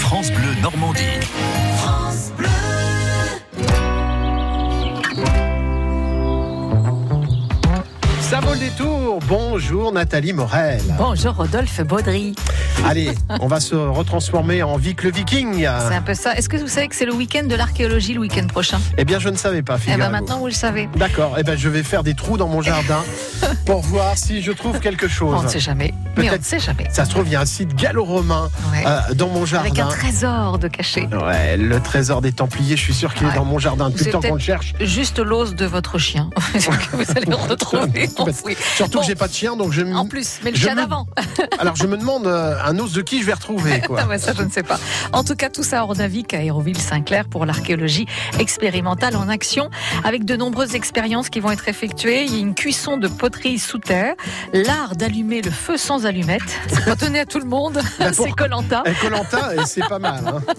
France Bleu Normandie. France Bleu. Ça vaut le détour. Bonjour Nathalie Morel. Bonjour Rodolphe Baudry. Allez, on va se retransformer en Vic le Viking. C'est un peu ça. Est-ce que vous savez que c'est le week-end de l'archéologie le week-end prochain Eh bien, je ne savais pas. Eh figurez-vous. ben maintenant vous le savez. D'accord. Eh ben, je vais faire des trous dans mon jardin pour voir si je trouve quelque On ne chose. sait jamais. Mais on ne Peut-être- sait jamais. Ça se trouve, il y a un site gallo-romain Ouais. euh, dans mon Avec un jardin. trésor de cachet. Ouais, le trésor des Templiers, je suis sûr qu'il est Ouais. dans mon jardin depuis C'est le temps qu'on peut-être- le cherche. Juste l'os de votre chien que vous allez retrouver enfoui. Surtout Bon, que j'ai pas de chien, donc je. m- En plus, mais le Je chien me- d'avant. Alors je me demande euh, un os de qui je vais retrouver quoi. Ah ouais, ça, je ne sais pas. En tout cas, tout ça à Ornavik, à Aéroville-Saint-Clair, pour l'archéologie expérimentale en action, avec de nombreuses expériences qui vont être effectuées. Il y a une cuisson de poterie sous terre, l'art d'allumer le feu sans allumette. C'est pas donné à tout le monde, D'accord. c'est Colanta. Et Colanta, et c'est pas mal. hein.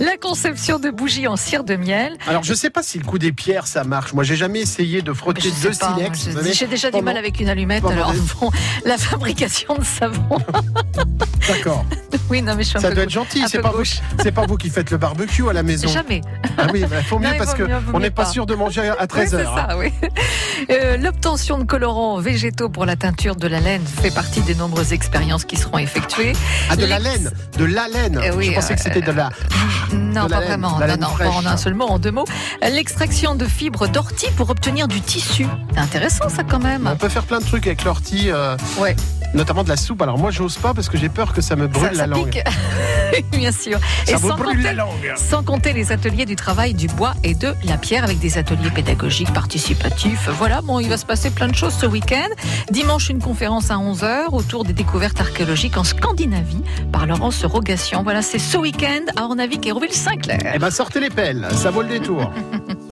La conception de bougies en cire de miel. Alors je sais pas si le coup des pierres ça marche. Moi j'ai jamais essayé de frotter Ah, Je deux sais pas, silex. je- vous savez. j'ai déjà du pendant- mal avec une allumette, pendant alors des- bon, la fabrication de savon. D'accord. Oui, non, mais je suis un Ça peu doit être gauche. gentil. Un C'est peu pas vous, gauche. c'est pas vous qui faites le barbecue à la maison. Jamais. Ah oui, bah, faut mieux Non, il parce vaut que mieux, vaut on mieux n'est pas, pas. sûr de manger à hein. Oui, 13 c'est h ça, oui. Euh, L'obtention de colorants végétaux pour la teinture de la laine fait partie des nombreuses expériences qui seront effectuées. Ah de la L'ex- laine, de la laine. Eh oui, Je pensais que c'était de la. Non, De la pas laine, vraiment. de la Non, laine non, fraîche. pas en un seul mot, en deux mots. L'extraction de fibres d'ortie pour obtenir du tissu. C'est intéressant, ça, quand même. On peut faire plein de trucs avec l'ortie, euh, Ouais. notamment de la soupe. Alors moi j'ose pas parce que j'ai peur que ça me brûle ça, la ça langue. pique. Bien sûr. Ça Et me sans brûle la compter, langue. sans compter les ateliers du travail du bois et de la pierre avec des ateliers pédagogiques participatifs. Voilà, bon, il va se passer plein de choses ce week-end. Dimanche, une conférence à 11h autour des découvertes archéologiques en Scandinavie par Laurence Rogation. Voilà, c'est ce week-end à Ornavik et Rouville-Sanclair. Eh ben sortez les pelles, ça vaut le détour.